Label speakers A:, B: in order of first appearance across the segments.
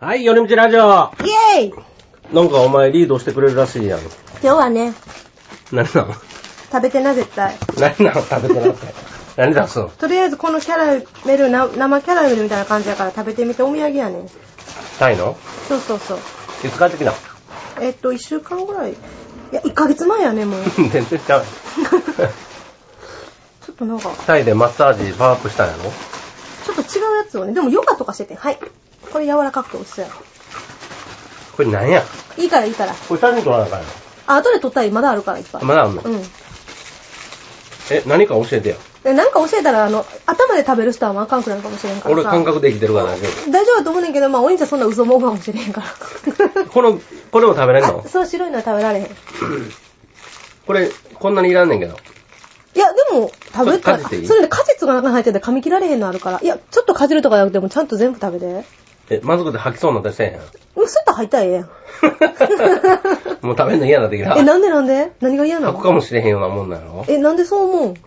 A: はい、夜道ラジオ
B: イェーイ
A: なんかお前リードしてくれるらしいやん。
B: 今日はね、
A: 何なの
B: 食べてな絶対。
A: 何なの食べてなくて。何出すの
B: とりあえずこのキャラメル、な生キャラメルみたいな感じだから食べてみてお土産やねん。
A: タイの
B: そうそうそう。
A: いつ帰ってきた
B: えっと、1週間ぐらい。いや、1ヶ月前やね、もう。
A: 全然ちゃう。
B: ちょっとなんか、
A: タイでマッサージパワーアップしたんやろ
B: ちょっと違うやつをね、でもヨガとかしてて、はい。これ柔らかくて美味しそうや。
A: これ何や
B: いいからいいから。
A: これ写真撮らなあかんや
B: あ、後で撮ったらまだあるからいっぱい。
A: ろまだあんの、
B: うん。
A: え、何か教えてや。
B: でなんか教えたら、あの、頭で食べる人はまああかんくなるかもしれんからさ。
A: 俺感覚で生きてるから大丈夫。
B: 大丈夫だと思うねんけど、まあ、お兄ちゃんそんな嘘もうかもしれへんから。
A: この、これも食べれんの
B: あ そう、白いのは食べられへん。い
A: これ、こんなにいらんねんけど。
B: や、でも、食べたら、
A: それ果実
B: そ
A: いい
B: れで果実が中に入ってて噛み切られへんのあるから。いや、ちょっとかじるとかじゃなくても、ちゃんと全部食べて。
A: え、まずくて吐きそうになったりせえへん。
B: うん、スッと入ったらええやん。
A: もう食べんの嫌になってきた。
B: え、なんでなんで何が嫌な
A: 吐く
B: の
A: かもしれへんようなもんなんやろ
B: え、なんでそう思うん
A: だ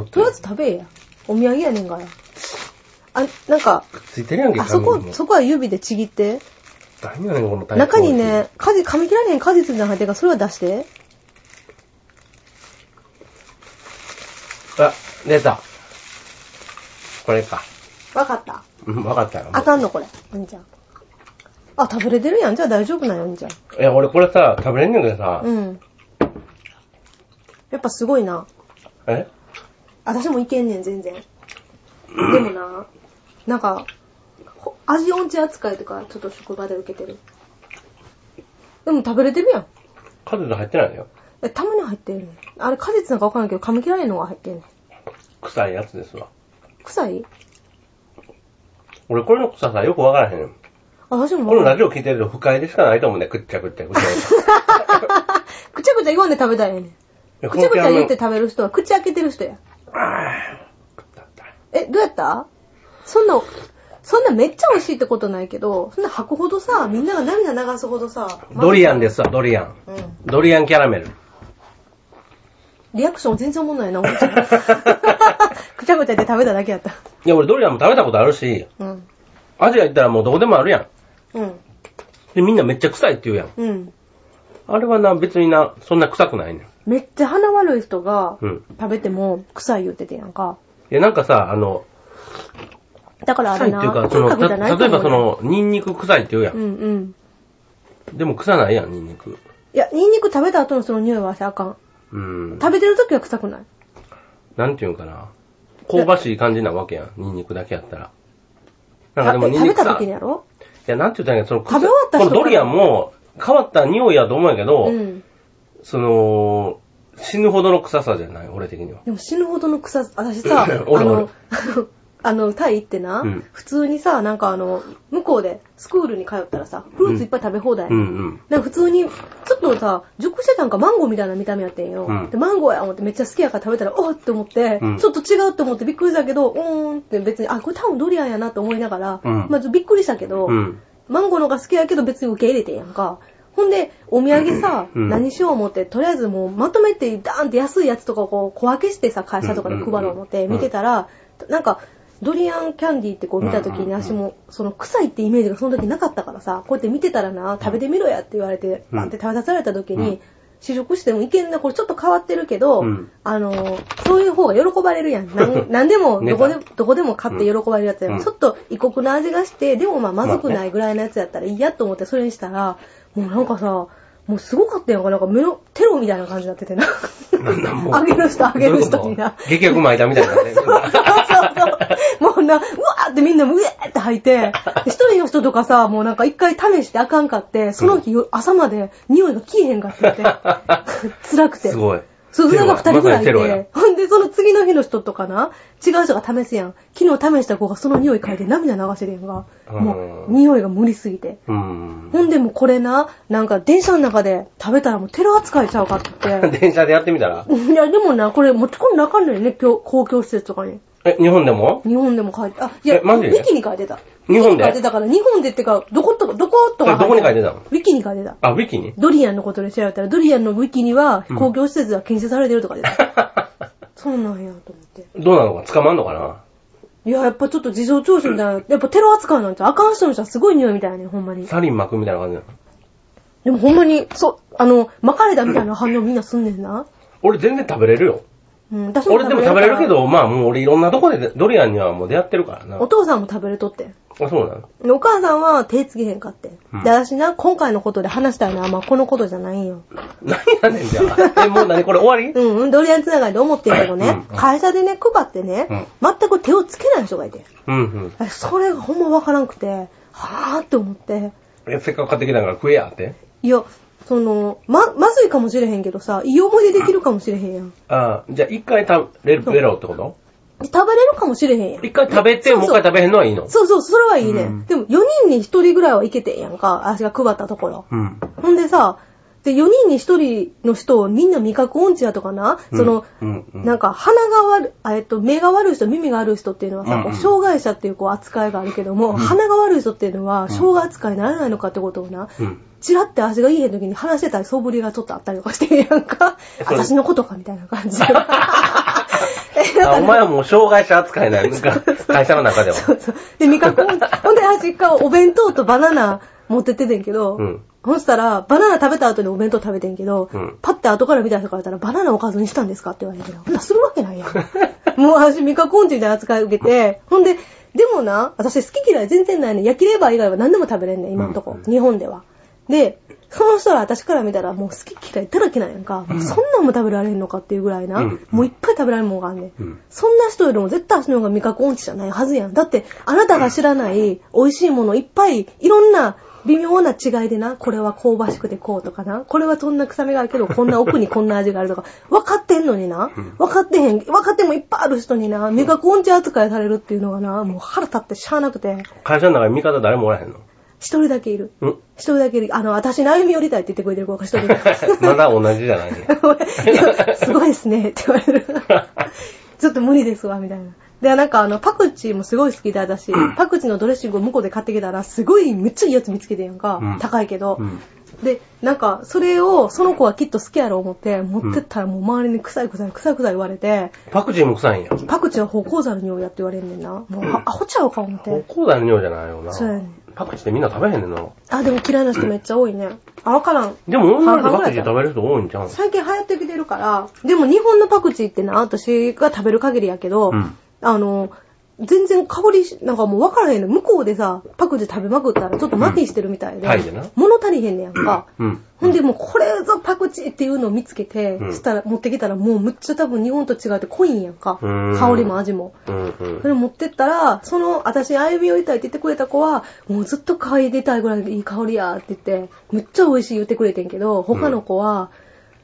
A: って
B: とりあえず食べえや。お土産やねんから。あ、なんか、
A: くっついてるやんけ、
B: あそ
A: 髪
B: こ
A: に、も
B: そこは指でちぎって。
A: 何やねん、このタイプ
B: 中にね、果実、噛み切られへん果実みたいなの入ってるから、それは出して。
A: あ、出た。これか。
B: わかった。
A: うん、わかったよ。
B: あかんのこれ。お兄ちゃん。あ、食べれてるやん。じゃあ大丈夫なんや、お兄ちゃん。
A: いや、俺これさ、食べれんねんけどさ、
B: うん。やっぱすごいな。
A: え
B: 私もいけんねん、全然。でもな、なんか、ほ味音痴扱いとか、ちょっと職場で受けてる。でも食べれてるやん。
A: カズと入ってないのよ。
B: え、たまに入ってるねん。あれ、果実なんかわからんけど、噛み切られんのが入ってんねん。
A: 臭いやつですわ。
B: 臭い
A: 俺これの臭さよくわからへん。
B: あ私も
A: この
B: わから
A: ラ
B: ん。
A: ジオ聞いてると不快でしかないと思うね。くっちゃくっちゃくっちゃ。
B: くちゃくちゃ言わんで食べたいねん。
A: いや
B: くちゃくちゃ言って
A: こ
B: 食べる人は、口開けてる人や。
A: のあー食った食っ
B: え、どうやったそんな、そんなめっちゃ美味しいってことないけど、そんな吐くほどさ、みんなが涙流すほどさ、
A: たドリアンですわ、ドリアン。
B: うん。
A: ドリアンキャラメル。
B: リアクション全然おもんないな、お もちゃん。くちゃくちゃで食べただけやった。
A: いや、俺ドリアンも食べたことあるし、
B: うん。
A: アジア行ったらもうどこでもあるやん。
B: うん。
A: で、みんなめっちゃ臭いって言うやん。
B: うん。
A: あれはな、別にな、そんな臭くないねん。
B: めっちゃ鼻悪い人が
A: うん。
B: 食べても臭い言っててやんか。
A: いや、なんかさ、あの、
B: だからあ
A: 臭
B: れ
A: いって
B: な、
A: いうか、そ
B: 嗅
A: の、
B: 覚じ
A: た
B: ゃないと
A: 例えばそ
B: 思うね。
A: の、ニンニク臭いって言うやん。
B: うんうん。
A: でも臭ないやん、ニンニク。
B: いや、ニンニク食べた後のその匂いはさ、あかん。
A: うん。
B: 食べてる時は臭くない。
A: なんていうんかな。香ばしい感じなわけやん、ニンニクだけやったら。なんかでも
B: え
A: ニンニ
B: 食べ
A: ク
B: た
A: さ、
B: 時に
A: い
B: やろ
A: や、なんて言ったんやけど、その臭い、
B: 食べ終わった
A: こ
B: 人
A: のドリアンも、変わった匂いやと思うんやけど、
B: うん。
A: その、死ぬほどの臭さじゃない、俺的には。
B: でも死ぬほどの臭さ、私さ、あ
A: おるお
B: の
A: る、
B: あの、タイ行ってな、
A: うん
B: 普通にさ、なんかあの、向こうで、スクールに通ったらさ、フルーツいっぱい食べ放題。
A: うんうん。
B: なんか普通に、ちょっとさ、熟してたんかマンゴーみたいな見た目やってんよ。
A: うん
B: で、マンゴーや思ってめっちゃ好きやから食べたら、おーって思って、
A: うん
B: ちょっと違うって思ってびっくりしたけど、うーんって別に、あ、これ多分ドリアンやなと思いながら、
A: うん
B: まあちょっとびっくりしたけど、
A: うん。
B: マンゴーのが好きやけど別に受け入れてんやんか。ほんで、お土産さ、
A: うん
B: 何しよう思って、とりあえずもうまとめてダーンって安いやつとかをこう小分けしてさ、会社とかに配ろう思っ
A: うんう
B: て
A: んうん
B: 見てたら、なんか、ドリアンキャンディーってこう見た
A: う
B: 時
A: んうん
B: に
A: うん
B: 私も、その臭いってイメージがその時なかったからさ、こうやって見てたらな、食べてみろやって言われて、
A: うん
B: バンって食べさせられた時
A: うん
B: に、試食してもいけんな、これちょっと変わってるけど、
A: うん
B: あの、そういう方が喜ばれるやん。 なんなんでも、
A: ね
B: どこでも、どこでも買って喜ばれるやつや
A: うん
B: ん。ちょっと異国の味がして、でもまあまずくないぐらいのやつやったらいいやと思ってそれにしたら、もうなんかさ、もうすごかったやんか、なんか目の、テロみたいな感じになっててな。
A: なんだもう
B: あげる人あげる人にな。
A: どういうこと激薬巻いたみたい なね。
B: そうそうそう。もうな、うわーってみんな、うえーって吐いて、で一人の人とかさ、もうなんか一回試してあかんかって、その日、朝まで匂いが消えへんかって て、辛くて。
A: すごい。
B: そう、それが二人ぐらいい
A: テ
B: て、
A: ロやまさにテロや
B: ほんで、その次の日の人とかな、違う人が試すやん。昨日試した子がその匂い嗅いで涙流してるやんが、
A: うん
B: もう、匂いが無理すぎて。
A: うん。
B: ほんでもうこれな、なんか電車の中で食べたらもうテロ扱いちゃうかって言って。
A: 電車でやってみたら
B: いや、でもな、これ持ち込んだらあかんのよね、今日、公共施設とかに。
A: え、日本でも
B: 日本でも書いて、あ、いや、
A: えマジで
B: ウィキに書いてた。
A: 日本で
B: ウィキに書いてたから、日本でってか、どことか、どことか。
A: どこに書いてたの
B: ウィキに書いてた。
A: あ、ウィキに
B: ドリアンのことで調べたら、ドリアンのウィキには、
A: うん
B: 公共施 設は禁止されてるとか出た。そうなんや、と思って。
A: どうなのか捕まんのかな
B: いや、やっぱちょっと事情聴取みたい な、やっぱテロ扱いなんちゃうあかん人の人はすごい匂いみたいやねん、ほんまに。
A: サリン巻くみたいな感じなの
B: でもほんまに、そう、あの、巻かれたみたいな反応みんなすんねんな。
A: 俺全然食べれるよ。
B: うん、私
A: 俺でも食べれるけ
B: から
A: ど、まあもう俺いろんなとこでドリアンにはもう出会ってるからな。
B: お
A: あ、
B: 父さんも食べれとってん。
A: そうなの
B: でお母さんは手つけへんかってん。
A: うん
B: で、私な、今回のことで話したいのは、まあ、このことじゃないんよ。
A: 何やねんじゃあ。え、もう何これ終わ り
B: うん、うん、ドリアンつながりで思ってんけどね、
A: うん
B: 会社でね、配ってね、
A: うん
B: 全く手をつけない人がいてん。
A: うんうん。
B: えそれがほんまわからんくて、はぁーって思って。
A: え、せっかく買ってきたから食えやって。
B: いや、その、ま、まずいかもしれへんけどさ、いい思い出できるかもしれへんやん。
A: ああ、じゃあ一回食べれるろってこと
B: で食べれるかもしれへんやん。
A: 一回食べて、
B: そう
A: もう
B: そ
A: 一
B: う
A: 回食べへんのはいいの
B: そうそう、それはいいね。
A: うん
B: でも4人に1人ぐらいはいけてんやんか、私が配ったところ。
A: うん。
B: ほんでさ、で、4人に1人の人をみんな味覚音痴やとかな、
A: うん
B: その、
A: うんうん
B: なんか鼻が悪い、あえっと、目が悪い人、耳が悪い人っていうのは
A: う
B: さ、
A: んうん
B: こう障害者っていうこう扱いがあるけども、鼻が悪い人っていうのは、障害扱いにならないのかってことをな、
A: うん。
B: チラって足がいいへん時に話してたり、そぶりがちょっとあったりとかしてやんか。
A: そう
B: 私のことかみたいな感じで。え、なん
A: あ
B: か
A: お
B: ね
A: 前はもう障害者扱いなんか、会社の中では。
B: そうそう。で、味覚音痴。ほんで、私一回お弁当とバナナ持ってっててんけど、
A: うん
B: そしたら、バナナ食べた後にお弁当食べてんけど、
A: うん
B: パッて後から見た人から言ったら、バナナおかずにしたんですかって言われて、ほんなするわけないやん。 もう私味覚音痴みたいな扱い受けて、ほんで、でもな、私好き嫌い全然ないねん焼きレバー以外は何でも食べれんねん、今んとこ。
A: うん
B: 日本では。で、その人ら私から見たらもう好き嫌いだらけなんやんか。もうそんなんも食べられんのかっていうぐらいな。
A: うん
B: もういっぱい食べられるもんがあんねん。
A: うん
B: そんな人よりも絶対私の方が味覚音痴じゃないはずやん。だって、あなたが知らない美味しいものいっぱい、いろんな微妙な違いでな、これは香ばしくてこうとかな、これはそんな臭みがあるけど、こんな奥にこんな味があるとか、分かってんのにな、分かってへん、分かってもいっぱいある人にな、味覚音痴扱いされるっていうのがな、もう腹立ってしゃあなくて、
A: 会社の中に味方誰もおらへんの
B: 一人だけいる。
A: う
B: 一人だけいる。あの、私の歩み寄りたいって言ってくれてる子が一人だけ。
A: ん まだ同じじゃないね。
B: いや すごいですねって言われ る。ちょっと無理ですわ、みたいな。で、なんかあの、パクチーもすごい好きで、私。パクチーのドレッシングを向こうで買ってきたら、すごいめっちゃいいやつ見つけてんやんか。
A: うん
B: 高いけど。
A: うん。
B: で、なんか、それを、その子はきっと好きやろ思って、持ってったらもう周りに臭い臭い臭い臭い言われて、
A: パクチーも臭いんや。
B: パクチーは芳香剤の匂いやって言われんねんな。もう、あアホちゃうか思って。
A: 北高台の匂いじゃないよな。
B: そうやね
A: パクチーってみんな食べへんねんな。
B: あ、でも嫌いな人めっちゃ多いね。あ、わからん。
A: でも女の
B: 半
A: 子
B: 々ぐ
A: パ
B: ら
A: クチ
B: いじ
A: ー
B: ゃん
A: 食べる人多いんじゃうん
B: 最近流行ってきてるから、でも日本のパクチーってな、私が食べる限りやけど、
A: うん
B: あの、全然香りし、なんかもう分からへんの。向こうでさ、パクチー食べまくったらちょっと麻痺してるみたい
A: う
B: で、
A: んタイでな
B: 物足りへんねやんか。
A: うん。
B: ほんでもうこれぞパクチーっていうのを見つけて、
A: うん
B: したら持ってきたらもうむっちゃ多分日本と違って濃いんやんか。
A: うん
B: 香りも味も。
A: うん
B: そ
A: うん。
B: れ持ってったら、その、私、歩み寄りたいって言ってくれた子は、もうずっと嗅いでたいぐらいいい香りやって言って、むっちゃ美味しい言ってくれてんけど、他の子は、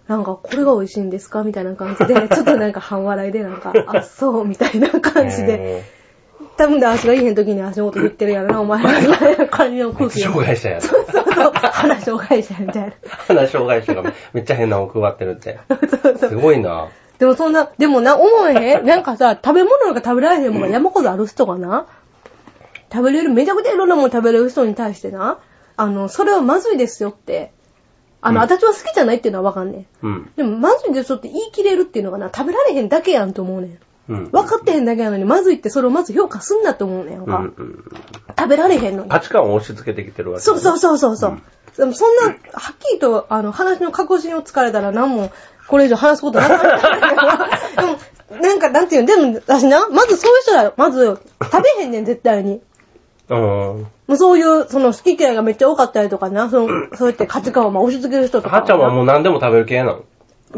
B: なんか、これが美味しいんですかみたいな感じで、ちょっとなんか半笑いで、なんか、あ、そう、みたいな感じで。
A: へ
B: 多分で、足がいいへん時に足のこと言ってるやろな、お前ら、みたいな感じの
A: ー。
B: 空気や。
A: 障害者やな。
B: そうそう、鼻障害者みたいな。
A: 鼻障害者がめっちゃ変なの配ってるって。
B: そうそう
A: すごいな。
B: でもそんな、でもな、思えへんなんかさ、食べ物が食べられへんもんが山ほどある人がな、食べれる、めちゃくちゃいろんなもん食べれる人に対してな、あの、それはまずいですよって、あの、
A: うん
B: 私は好きじゃないっていうのはわかんねん。
A: うん。
B: でも、まずいですよって言い切れるっていうのがな、食べられへんだけやんと思うねん。
A: うん。
B: 分かってへんだけやのに、まずいってそれをまず評価すんなって思うねん。
A: うん
B: か
A: うん。
B: 食べられへんのに。
A: 価値観を押し付けてきてるわけ。
B: そうそう
A: う。
B: そうそう。そうでもそんな、はっきりと、あの、話の確信をつかれたら何も、これ以上話すことなかった。でも、なんか、なんていうの、でも、私な、まずそういう人だまず、食べへんねん、絶対に。
A: うん。
B: もうそういう、その、好き嫌いがめっちゃ多かったりとかな、その、そうやって価値観をまあ押し付ける人とか。
A: はっちゃんはもう何でも食べる系なの。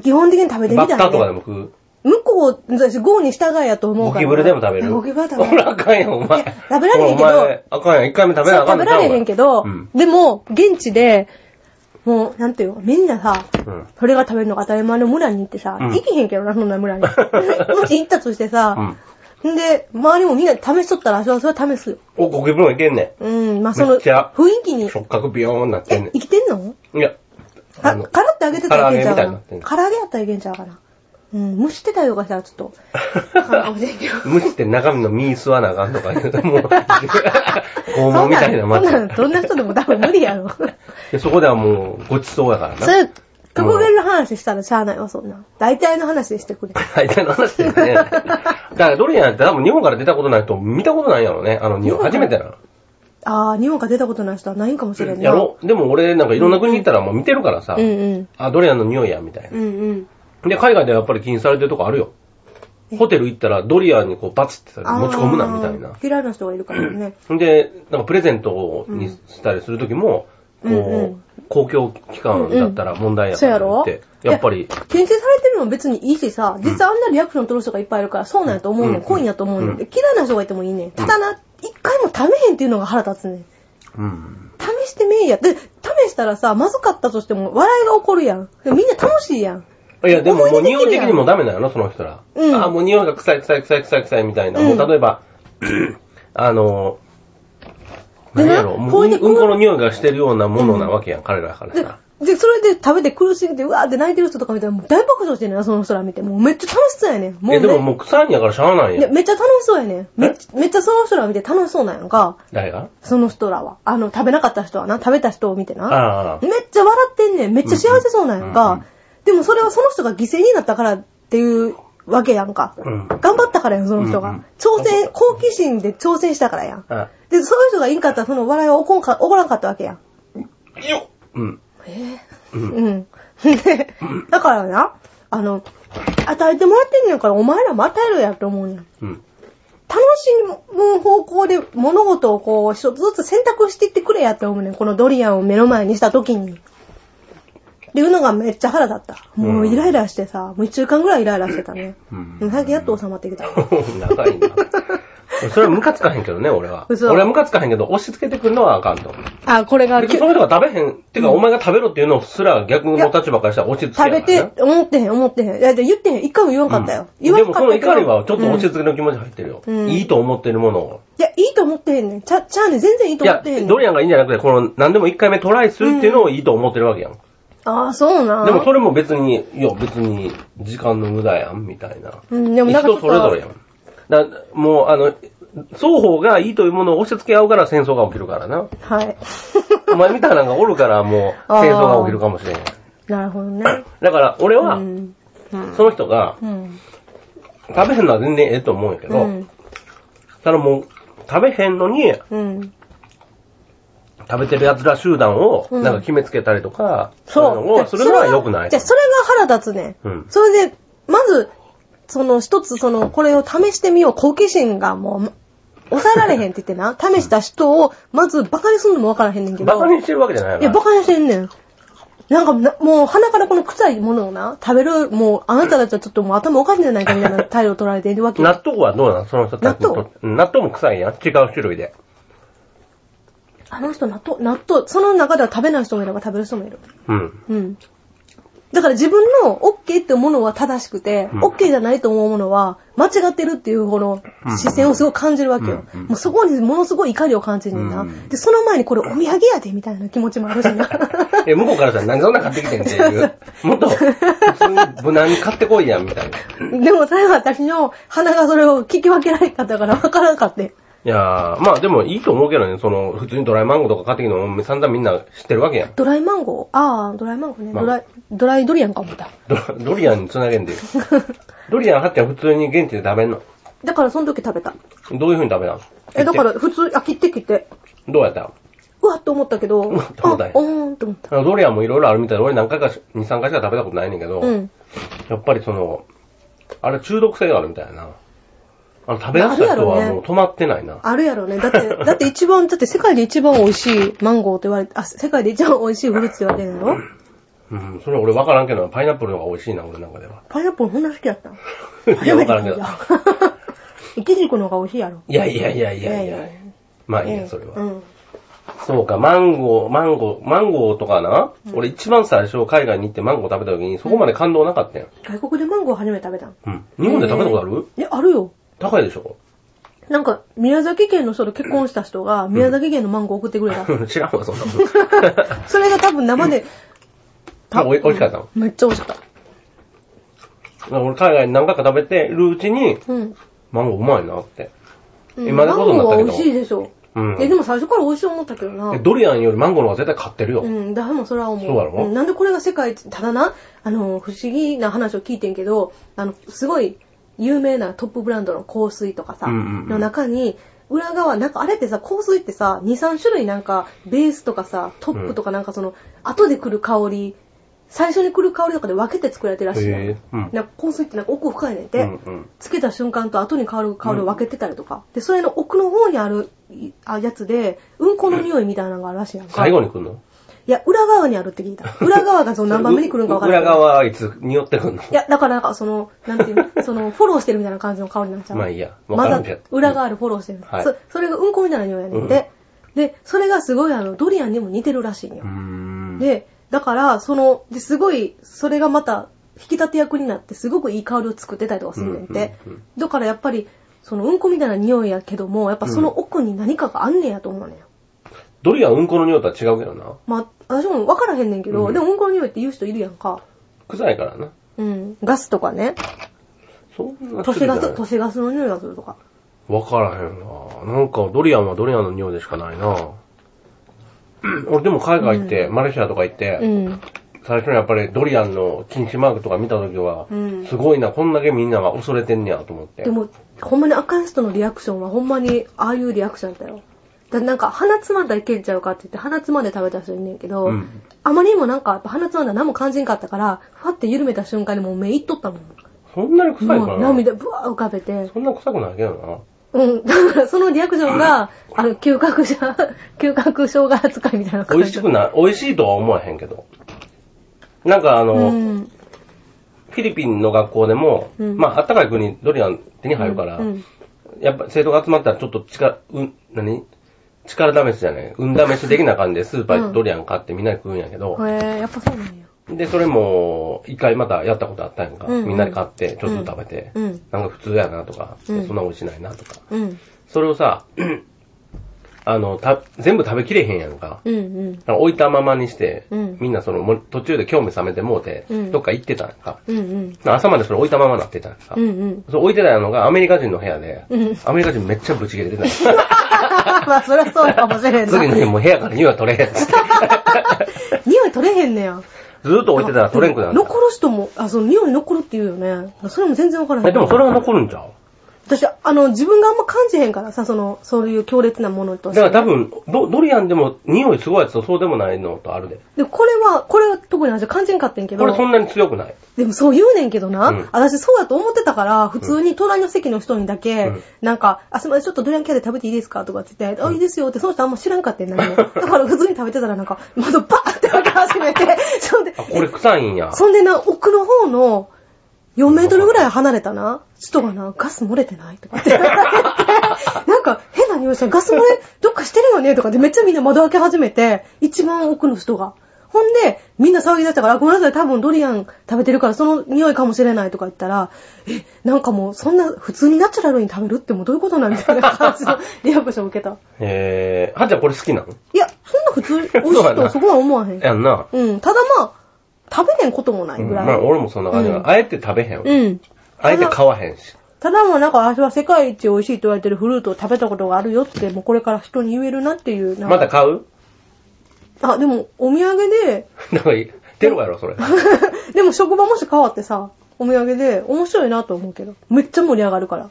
B: 基本的に食べてみ
A: バッ
B: た
A: タ
B: い、
A: ーと
B: ね。
A: かでも食う。
B: 向こう、私、ゴーに従いやと思う
A: ゴ
B: から。
A: キブルでも食べ
B: い
A: る
B: やゴキブルは食べ
A: ほ
B: ない
A: ら、あかんやん、お前。
B: いや食べられへんけど
A: ほお前あかんやん、一回目食べなあか
B: 食
A: ん
B: べ
A: の
B: られへんけど、
A: うん。
B: でも、現地で、もう、なんていうの、みんなさ、
A: うん
B: それが食べるのが当たり前の村に行ってさ、
A: うん
B: 行けへんけどな、そんな 村に。もし行ったとしてさ、ん、で、周りもみんな試しとったら、私はそれは試すよ。
A: お、ゴキブルもいけんね
B: うん、まあその、
A: めっちゃ
B: 雰囲気に
A: ん。、触覚ビヨーンになって
B: え
A: んね、
B: 生きてんの
A: ん。いや。
B: か、
A: の
B: カラってあげてたらいけんちゃう
A: 唐揚げみたいになって
B: か
A: ん
B: な。唐揚げやったらいけんちゃうかな。うん、蒸してたりとかしたらちょ っと、あかんかもしれんけど。
A: 無視って中身の身吸わなあかんとか言うて、 もう、拷問みたいな
B: そん
A: 街
B: なん、そんな人でも多分無理やろ。
A: でそこではもう、ごちそうやから
B: そ
A: な。
B: れ、過去限の話したらしゃあないわ、そんな。大体の話してくれ。
A: 大体の話です ね。だからドリアンって多分日本から出たことない人見たことないやろね。あの日本初めてな。
B: あー、日本から出たことない人はないんかもしれんな
A: やろでも俺なんかいろんな国行ったらもう見てるからさ。
B: うんうん。
A: あ、ドリアンの匂いや、みたい
B: うんうん。
A: な。で、海外ではやっぱり禁止されてるとこあるよ。ホテル行ったらドリアンにこうバツって
B: あー
A: 持ち込むな、みたいな。
B: 嫌いな人がいるからね。
A: で、なんかプレゼントにしたりするときも、こう、
B: うんうん
A: 公共機関だったら問題やからって言って、
B: そうやろ
A: やっぱり、
B: 検定されてるのも別にいいしさ、実はあんなリアクション取る人がいっぱいいるから、そうなんやと思うね
A: うん
B: ん。恋やと思うね
A: うん
B: ん。で嫌いな人がいてもいいねん。ただな、一回も試へんっていうのが腹立つねん。
A: うん。
B: 試してみえや。で、試したらさ、まずかったとしても笑いが起こるやん。でみんな楽しいやん。
A: いや、でももう
B: 思い出で
A: 匂
B: き
A: い
B: る
A: 的
B: やん
A: にもダメなのその人ら。
B: うん
A: あ、もう匂いが臭い臭い臭い臭い臭いみたいな。
B: うん
A: もう例え ば、あの、
B: で
A: 何
B: な
A: やろ、も
B: こ
A: う
B: う
A: う
B: い
A: ん
B: う
A: この匂いがしてるようなものなわけやん、彼らから
B: で
A: さ。、
B: で、それで食べて苦しんで、うわーって泣いてる人とか見たら、もう大爆笑してんねんな、その人ら見て。もうめっちゃ楽しそうやねん。もう、
A: え、
B: ね、
A: でももう臭いんやからしゃあない
B: いや
A: やん。
B: めっちゃ楽しそうやねん。めっちゃ、めっちゃその人ら見て楽しそうなんやんか。
A: 誰が
B: その人らは。あの、食べなかった人はな、食べた人を見てな。
A: ああ。
B: めっちゃ笑ってんねん。めっちゃ幸せそうなんやん
A: うんう
B: か。
A: んうん
B: でもそれはその人が犠牲になったからっていうわけやんか。
A: うん
B: 頑張ったからやん、その人が。
A: うんうん
B: 挑戦、好奇心で挑戦したからやん。
A: あ、
B: で、そういう人がいんかったらその笑いは起こんか、起こらんかったわけやん。
A: ようん。
B: え
A: う
B: え
A: ん
B: うん。でだからな、あの、与えてもらってんねんから、お前らも与えるやと思うねん。
A: うん。
B: 楽しむ方向で物事をこう、一つずつ選択していってくれやって思うねん。このドリアンを目の前にした時に。っていうのがめっちゃ腹立った。もうイライラしてさ、もう一週間ぐらいイライラしてたね。
A: うん
B: でも最近やっと収まってきた。
A: 長いな。それはムカつかへんけどね、俺は。
B: 嘘
A: 俺はムカつかへんけど、押し付けてくるのはあかんと思う。
B: あ、これが、
A: 別に
B: き
A: そ
B: ゅ
A: の人が食べへん、てかお前が食べろっていうのすら逆の立場からしたら落ち着け
B: 食
A: や
B: べ
A: から
B: て
A: な、
B: 思ってへん、思ってへん。いや、で言ってへん。一回も言わんかったよ。
A: うん
B: 言わ
A: で
B: んか
A: も
B: った
A: そ
B: け
A: の怒
B: ど
A: りはちょっと
B: うん
A: 落ち着けの気持ち入ってるよ。
B: うん
A: いいと思ってるものを。
B: いや、いいと思ってへんねん。ちゃ、ちゃうねん。全然いいと
A: い
B: 思
A: や
B: ってへんね、ん。
A: ドリアンがいいんじゃなくて、この何でも一回目トライするっていうのをいいと思ってるわけやん。
B: ああ、そうなん。
A: でもそれも別に、いや別に時間の無駄やん、みたいな。
B: うん、でもなんかちょ
A: 人
B: っ
A: それぞれや
B: と、
A: ん。だもうあの、双方がいいというものを押し付け合うから戦争が起きるからな。
B: はい。
A: お前みたいなのがおるからもう
B: あー
A: 戦争が起きるかもしれんやん。
B: なるほどね。
A: だから俺
B: う
A: は、
B: ん。うん
A: その人が
B: うん。
A: 食べへんのは全然ええと思うんやけ
B: う
A: ど、
B: ん。
A: ただもう食べへんのに、
B: うん。
A: 食べてる奴ら集団を、
B: うん
A: なんか決めつけたりとか、
B: そう。
A: いうのをするのは良くない。
B: じゃあ、それが腹立つね。
A: うん
B: それで、まず、その一つ、その、これを試してみよう。好奇心がもう、ま抑えられへんって言ってな。試した人を、まず、バカにするのもわからへんねんけど。
A: バカにしてるわけじゃない
B: いや、
A: か
B: バカにしてんねん。なんかな、もう鼻からこの臭いものをな、食べる、もう、あなたたちはちょっともう頭おかしいんじゃないかみたいな態度を取られているわけ
A: ら。納豆はどうなんその人たちにと
B: 納
A: ってうん納豆も臭いやん。違う種類で。
B: あの人納豆、納豆、その中では食べない人もいれば食べる人もいる。
A: うん。
B: うん。だから自分の OK ってものは正しくて、
A: うん
B: OK じゃないと思うものは間違ってるっていうこの
A: うん
B: 視線をすごい感じるわけよ。
A: うんうん
B: もうそこにものすごい怒りを感じるんだ、
A: うん
B: で、その前にこれお土産やでみたいな気持ちもあるし な。
A: え、向こうからしたら何そんなん買ってきてんって いう。もっと、普通に無難に買ってこいやん、みたいな。い
B: でもそれは私の鼻がそれを聞き分けられなかったから分からんかって。
A: やー、まあでもいいと思うけどね、その、普通にドライマンゴーとか買ってきても散々みんな知ってるわけやん。
B: ドライマンゴーああ、ドライマンゴーね。
A: まあ
B: ドライ、ドライドリアンか思った。
A: ドドリアンに繋げ んでよ。ドリアン貼っては普通に現地で食べんの。
B: だからその時食べた。
A: どういう風に食べたの
B: え、だから普通、あ、切って切って。
A: どうやった
B: うわっと思ったけど、
A: わっと思ったん
B: あ
A: や、
B: おーんと思った。
A: あのドリアンもいろいろあるみたいで、俺何回かし、2、3回しか食べたことないねんけど、
B: うん。
A: やっぱりその、あれ中毒性があるみたいな。あの、食べ出し
B: ある
A: た
B: や
A: 人
B: ろね
A: はもう止まってないな。
B: あるやろね。だって、 だって一番、だって世界で一番美味しいマンゴーと言われて、あ、世界で一番美味しいフルーツって言われてるの
A: うん、それ俺分からんけど、パイナップルの方が美味しいな、俺の中 では。
B: パイナップルそんな好きやったん
A: いや、分からんけど。
B: イチジクの方が美味しいやろ。
A: いやいやいやいやいや。まあいいや、それ
B: う
A: は。
B: ん。
A: そうか、マンゴー、マンゴー、マンゴーとかな、俺一番最初海外に行ってマンゴー食べた時にそこまで感動なかったよ。
B: 外国でマンゴー初めて食べたん
A: うん。日本で食べたことある
B: え、あるよ。
A: 高いでし ょ
B: なんか、宮崎県の人と結婚した人が、宮崎県のマンゴー送ってくれた。
A: 知らんわ、そんなこと。
B: それが多分生で、
A: あおい美味しかったの
B: めっちゃ美味しかっ
A: 俺海外に何回か食べてるうちに、
B: た。うん。
A: マンゴーうまいなって。
B: うん
A: 今でこそになったけど
B: マンゴーは美味しいでしょ。
A: うん
B: え、でも最初から美味しい思ったけどな
A: え。ドリアンよりマンゴーの方が絶対買ってるよ。
B: うん、誰もそれは思う。
A: そうやろ
B: んなんでこれが世界一、ただな、あの、不思議な話を聞いてんけど、あの、すごい有名なトップブランドの香水とかさ、
A: うんうんうん
B: の中に、裏側、なんかあれってさ、香水ってさ、2、3種類なんか、ベースとかさ、トップとかなんかその、後で来る香り、最初に来る香りとかで分けて作られてるらしいやん
A: へえうん
B: なんか香水ってなんか奥深いねん
A: う
B: て、
A: んうん。
B: つけた瞬間と後に香る香りを分けてたりとか、で、それの奥の方にあるいあやつで、うんこの匂いみたいなのがあるらしいやんか。
A: 最後に来るの
B: いや、裏側にあるって聞 いた。裏側がその何番目に来るんか分からない。
A: 裏側はいつ匂ってくんの
B: いや、だからなんかその、なんて いうの、その、フォローしてるみたいな感じの香りになっちゃう。
A: まあいいやわ
B: ま
A: から
B: だ
A: んけど、
B: 裏側あるフォローしてる、
A: はい
B: そ。それがうんこみたいな匂いやねんで、で、それがすごいあの、ドリアンにも似てるらしいんよ
A: うー。ん。
B: で、だから、その、で、すごい、それがまた、引き立て役になって、すごくいい香りを作ってたりとかするねんて。
A: うんうんうん
B: だからやっぱり、その、うんこみたいな匂いやけども、やっぱその奥に何かがあんねんやと思うねん。
A: ドリアンうんこの匂いとは違うけどな。
B: まあ、私も分からへんねんけど、
A: うん
B: でもうんこの匂いって言う人いるやんか。
A: 臭いからな。
B: うん。ガスとかね。
A: そんな
B: 都市ガス、
A: わ
B: 都市ガスの匂いがするとか。
A: からへんな。なんかドリアンはドリアンの匂いでしかない な。うん俺でも海外行って、マレーシアとか行って、
B: うん。
A: 最初にやっぱりドリアンの禁止マークとか見た時は、
B: うん
A: すごいな、こんだけみんなが恐れてんねやと思って。
B: でも、ほんまにあかん人のリアクションはほんまに、ああいうリアクションやったよ。だなんか、鼻つまんだらいけんちゃうかって言って、鼻つまんで食べた人いんねんけど、
A: うん
B: あまりにもなんか、やっぱ鼻つまんだら何も感じんかったから、ふわって緩めた瞬間にもう目いっとったもん。
A: そんなに臭いか
B: もう
A: らな。
B: 涙ぶわー浮かべて。
A: そんな臭くないけど
B: うん。だから、そのリアクションが、あの、嗅覚者、嗅覚障害扱いみたいな
A: な。
B: 感
A: 美
B: じ。
A: 味しく ない、美味しいとは思わへんけど。なんかあの、
B: うん。
A: フィリピンの学校でも、
B: うん
A: まあ、あったかい国、ドリアン手に入るから、
B: うん
A: やっぱ生徒が集まったらちょっと力、うん、何力試しじゃない運試し的な感じでスーパーでドリアン買ってみんなで食うんやけど、
B: へえ、やっぱそうなんや。
A: で、それも、一回またやったことあったやんか。
B: うんうん
A: みんなで買って、ちょっとずつ食べて、
B: うん
A: なんか普通やなとか、
B: うん
A: そんな美味しないなとか。
B: うん。
A: それをさ、 あの、た、全部食べきれへんやんか。
B: うんうん。
A: だから置いたままにして、
B: うん
A: みんなその、も途中で興味冷めてもうて、
B: うん
A: どっか行ってたやんか。
B: うんうん。
A: 朝までそれ置いたままなってたやんか。
B: うんうん。
A: そう置いてたのがアメリカ人の部屋で、
B: うん
A: アメリカ人めっちゃブチ切れてた。
B: まあ、そりゃそうかもしれんな。
A: 次の日もう部屋から匂い取れへんっつって。
B: 匂い取れへんねや。
A: ずっと置いてたら取れんくなる。
B: 残る人も、あ、その匂い残るって言うよね。それも全然わからへん。
A: え、でもそれは残るんちゃ
B: 私、あの、自分があんま感じへんからさ、その、そういう強烈なものと
A: う
B: して
A: だから多分、ドドリアンでも匂いすごいやつとそうでもないのとあるで。
B: で、これは、これは特に私感じんかったんけど
A: こ、れそんなに強くない。
B: でもそう言うねんけどな、
A: うん
B: 私そうやと思ってたから、普通に隣の席の人にだけ、
A: うん
B: なんか、あ、すみません、ちょっとドリアンキャで食べていいですかとかって言って、あ、いいですよって、その人あんま知らんかってん なだから普通に食べてたらなんか、またバーって開け始めて、 そんで
A: あ、、これ臭いんや。
B: そんでな、奥の方の、4メートルぐらい離れたな、人がな、ガス漏れてないとか って言われて、なんか変な匂いしたガス漏れどっかしてるよねとかでめっちゃみんな窓開け始めて、一番奥の人が。ほんで、みんな騒ぎ出したから、あごめんなさい、多分ドリアン食べてるからその匂いかもしれないとか言ったら、え、なんかもうそんな普通にナチュラルに食べるってもうどういうことなんみたいな感じのリアクションを受けた。
A: えー、はっちゃんこれ好きなの
B: いや、そんな普通、美味しいとはそこは思わへん。
A: やんな。
B: うん、ただまあ、食べへんこともない
A: うん
B: ぐらい。
A: まあ俺もそんな感じだ、
B: うん
A: あえて食べへんわ。
B: うん。
A: あえて買わへんし。
B: ただもうなんか、私は世界一美味しいと言われてるフルーツを食べたことがあるよって、もうこれから人に言えるなっていう。なんか
A: また買う
B: あ、でも、お土産で、
A: なんか、テロやろ、それ。
B: でも職場もし変わってさ、お土産で面白いなと思うけど。めっちゃ盛り上がるから。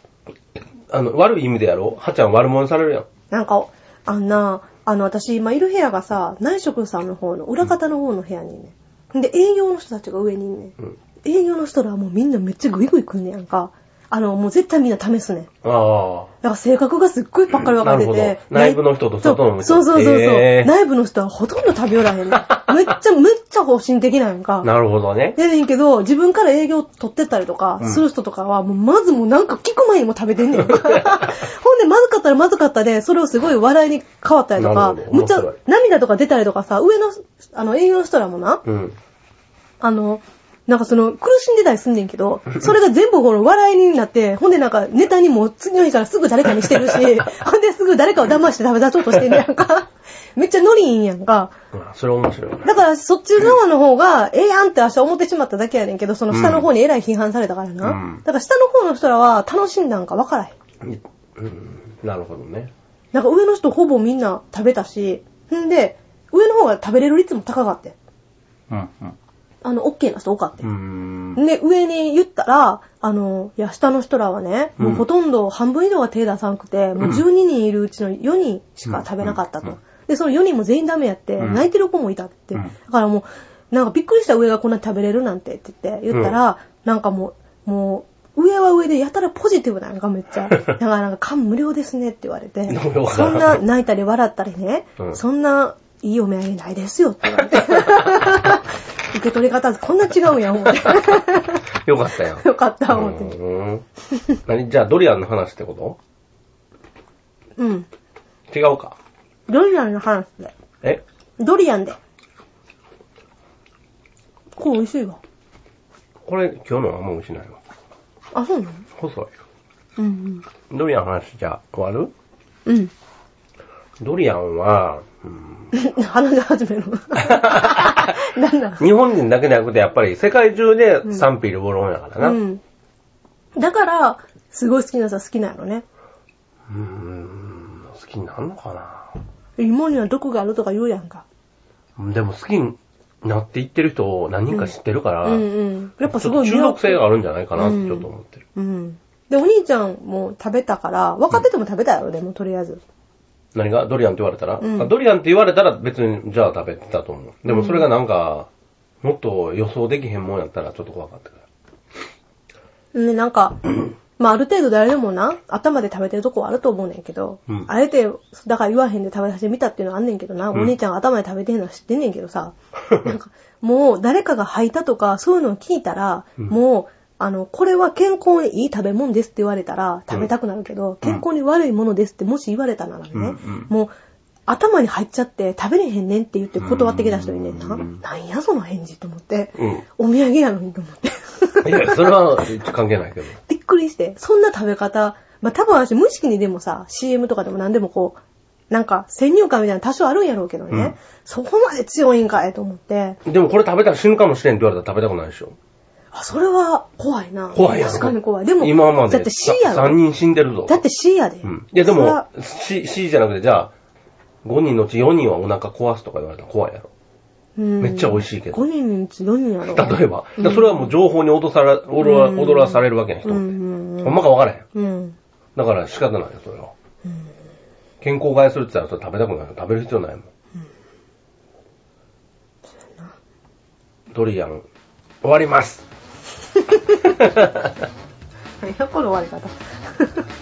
A: あの、悪い意味でやろはっちゃん悪者にされるやん。
B: なんか、あんな、あの、私今いる部屋がさ、内職さんの方の、裏方の方の部屋にね。で、営業の人たちが上にいんね、
A: うん
B: 営業の人らはもうみんなめっちゃグイグイ来んねやんか。あの、もう絶対みんな試すねん。
A: ああ。
B: だから性格がすっごいばっかり分かれて
A: なる
B: て
A: ほ。ど内部の人と外の人
B: そうそうそうそう。
A: へー
B: 内部の人はほとんど食べよらへんねんめっちゃ、めっちゃ方針的なんやんか。
A: なるほどね。
B: でねんけど、自分から営業取ってったりとか
A: うん
B: する人とかは、もうまずもうなんか聞く前にもう食べて んねん。ほんで、まずかったらまずかったで、それをすごい笑いに変わったりと
A: な
B: か
A: る、ほど
B: むっちゃ
A: 面白い
B: 涙とか出たりとかさ、上の、あの、営業の人らもな、
A: うん。
B: あの、なんかその、苦しんでたりすんねんけど、 それが全部この笑いになって、ほんでなんかネタにも次の日からすぐ誰かにし てるし、ほんですぐ誰かを騙して食べ出そうとしてんねやんか。 めっちゃノリいいんやんか。
A: うんそれ面白いね。
B: だからそっちの方の方が、ええやんって明日思ってしまっただけやねんけど、その下の方にえらい批判されたからな。
A: うん
B: だから下の方の人らは楽しんだんかわからへん。
A: うん、なるほどね。
B: なんか上の人ほぼみんな食べたし、んで、上の方が食べれる率も高かって。
A: うん。
B: あの、OK な人多かって
A: う。ん。うん。
B: で、上に言ったら、あの、いや、下の人らはね、もうほとんど半分以上が手出さんくて、もう12人いるうちの4人しか食べなかった
A: うん
B: と
A: うん。
B: で、その4人も全員ダメやって、
A: うん
B: 泣いてる子もいたって。
A: う
B: だ
A: ん
B: からもう、なんかびっくりした上がこんなに食べれるなんてって言って、言ったら、なんかもう、もう、上は上でやたらポジティブなんかめっ ちゃ。だからなんか感無量ですねって言われて
A: よ、かった
B: そんな泣いたり笑ったりね、
A: うん
B: そんないいお土産ないですよって言わ れて。受け取り方こんな違うんや、思って。
A: よかったよ。
B: よかった、 思って。
A: うん。何じゃあ、ドリアンの話ってこ
B: うん。
A: と違うか。
B: ドリアンの話で。
A: え
B: ドリアンで。これ美味しいわ。
A: これ、今日のはもう美味しないわ。
B: あ、そうなの
A: 細い。
B: うん
A: ドリアンの話じゃあ、終わる
B: うん。うん。
A: ドリアンは、うん
B: 話し始める。 なんなん
A: 日本人だけじゃなくて、やっぱり世界中で賛否両論やからな。
B: う。
A: うん
B: だから、すごい好きなさ好きなのね。
A: ーん、好きになるのか
B: 芋には毒があるとか言うやんか。
A: な。でも好きになっていってる人を何人か知ってるから、
B: うんうん。やっぱすごい
A: ちょっと中毒性があるんじゃないかなっ
B: う
A: て
B: ん
A: ちょっと思ってる。
B: うん。で、お兄ちゃんも食べたから、分かってても食べたやろ、でもとりあえず。
A: 何がドリアンって言われたら、
B: うん
A: あドリアンって言われたら別にじゃあ食べてたと思う。でもそれがなんか、もっと予想できへんもんやったらちょっと怖かったから。
B: ね、な んか、まあある程度誰でもな、頭で食べてるとこはあると思うねんけど、
A: うん
B: あえて、だから言わへんで食べさせてみたっていうのはあんねんけどな、
A: うん
B: お兄ちゃんが頭で食べてへんのは知ってんねんけ どさ、なんか、もう誰かが吐いたとか、そういうのを聞いたら、
A: うん
B: もう、あの、これは健康にいい食べ物ですって言われたら食べたくなるけど、健康に悪いものですってもし言われたならね、
A: うんうん
B: もう、頭に入っちゃって食べれへんねんって言って断ってきた人いんねんな。
A: うん
B: なんやその返事と思って、
A: うん。
B: お土産やのにと思って。
A: いや、それは関係ないけど。
B: びっくりして、そんな食べ方、まあ、多分私無意識にでもさ、CM とかでも何でもこう、なんか先入観みたいなの多少あるんやろうけどね、
A: うん
B: そこまで強いんかいと思って、
A: でもこれ食べたら死ぬかもしれんって言われたら食べたくないでしょ。
B: あ、それは怖いな。
A: 怖いやろ。
B: 確かに怖い。でも、
A: 今まで
B: だって C や
A: 3
B: ろ。
A: 人死んでるぞ。
B: だって C やで。
A: うん。いやで
B: それ
A: も
B: は、
A: C、C じゃなくて、じゃあ、5人のうち4人はお腹壊すとか言われたら怖いやろ。
B: うん
A: めっちゃ美味しいけど
B: 5人のうち4人やろ。
A: 例えば。だからそれはもう情報に踊さら、踊ら
B: うん
A: 踊らされるわけや人
B: う
A: って。
B: んうん
A: ほんまかわからへん。
B: うん。うん。
A: だから仕方ないよ、それは。健康害するって言ったらそれ食べたくないよ。食べる必要ないもん。ドリアン、終わります。
B: 何やこの終わり方。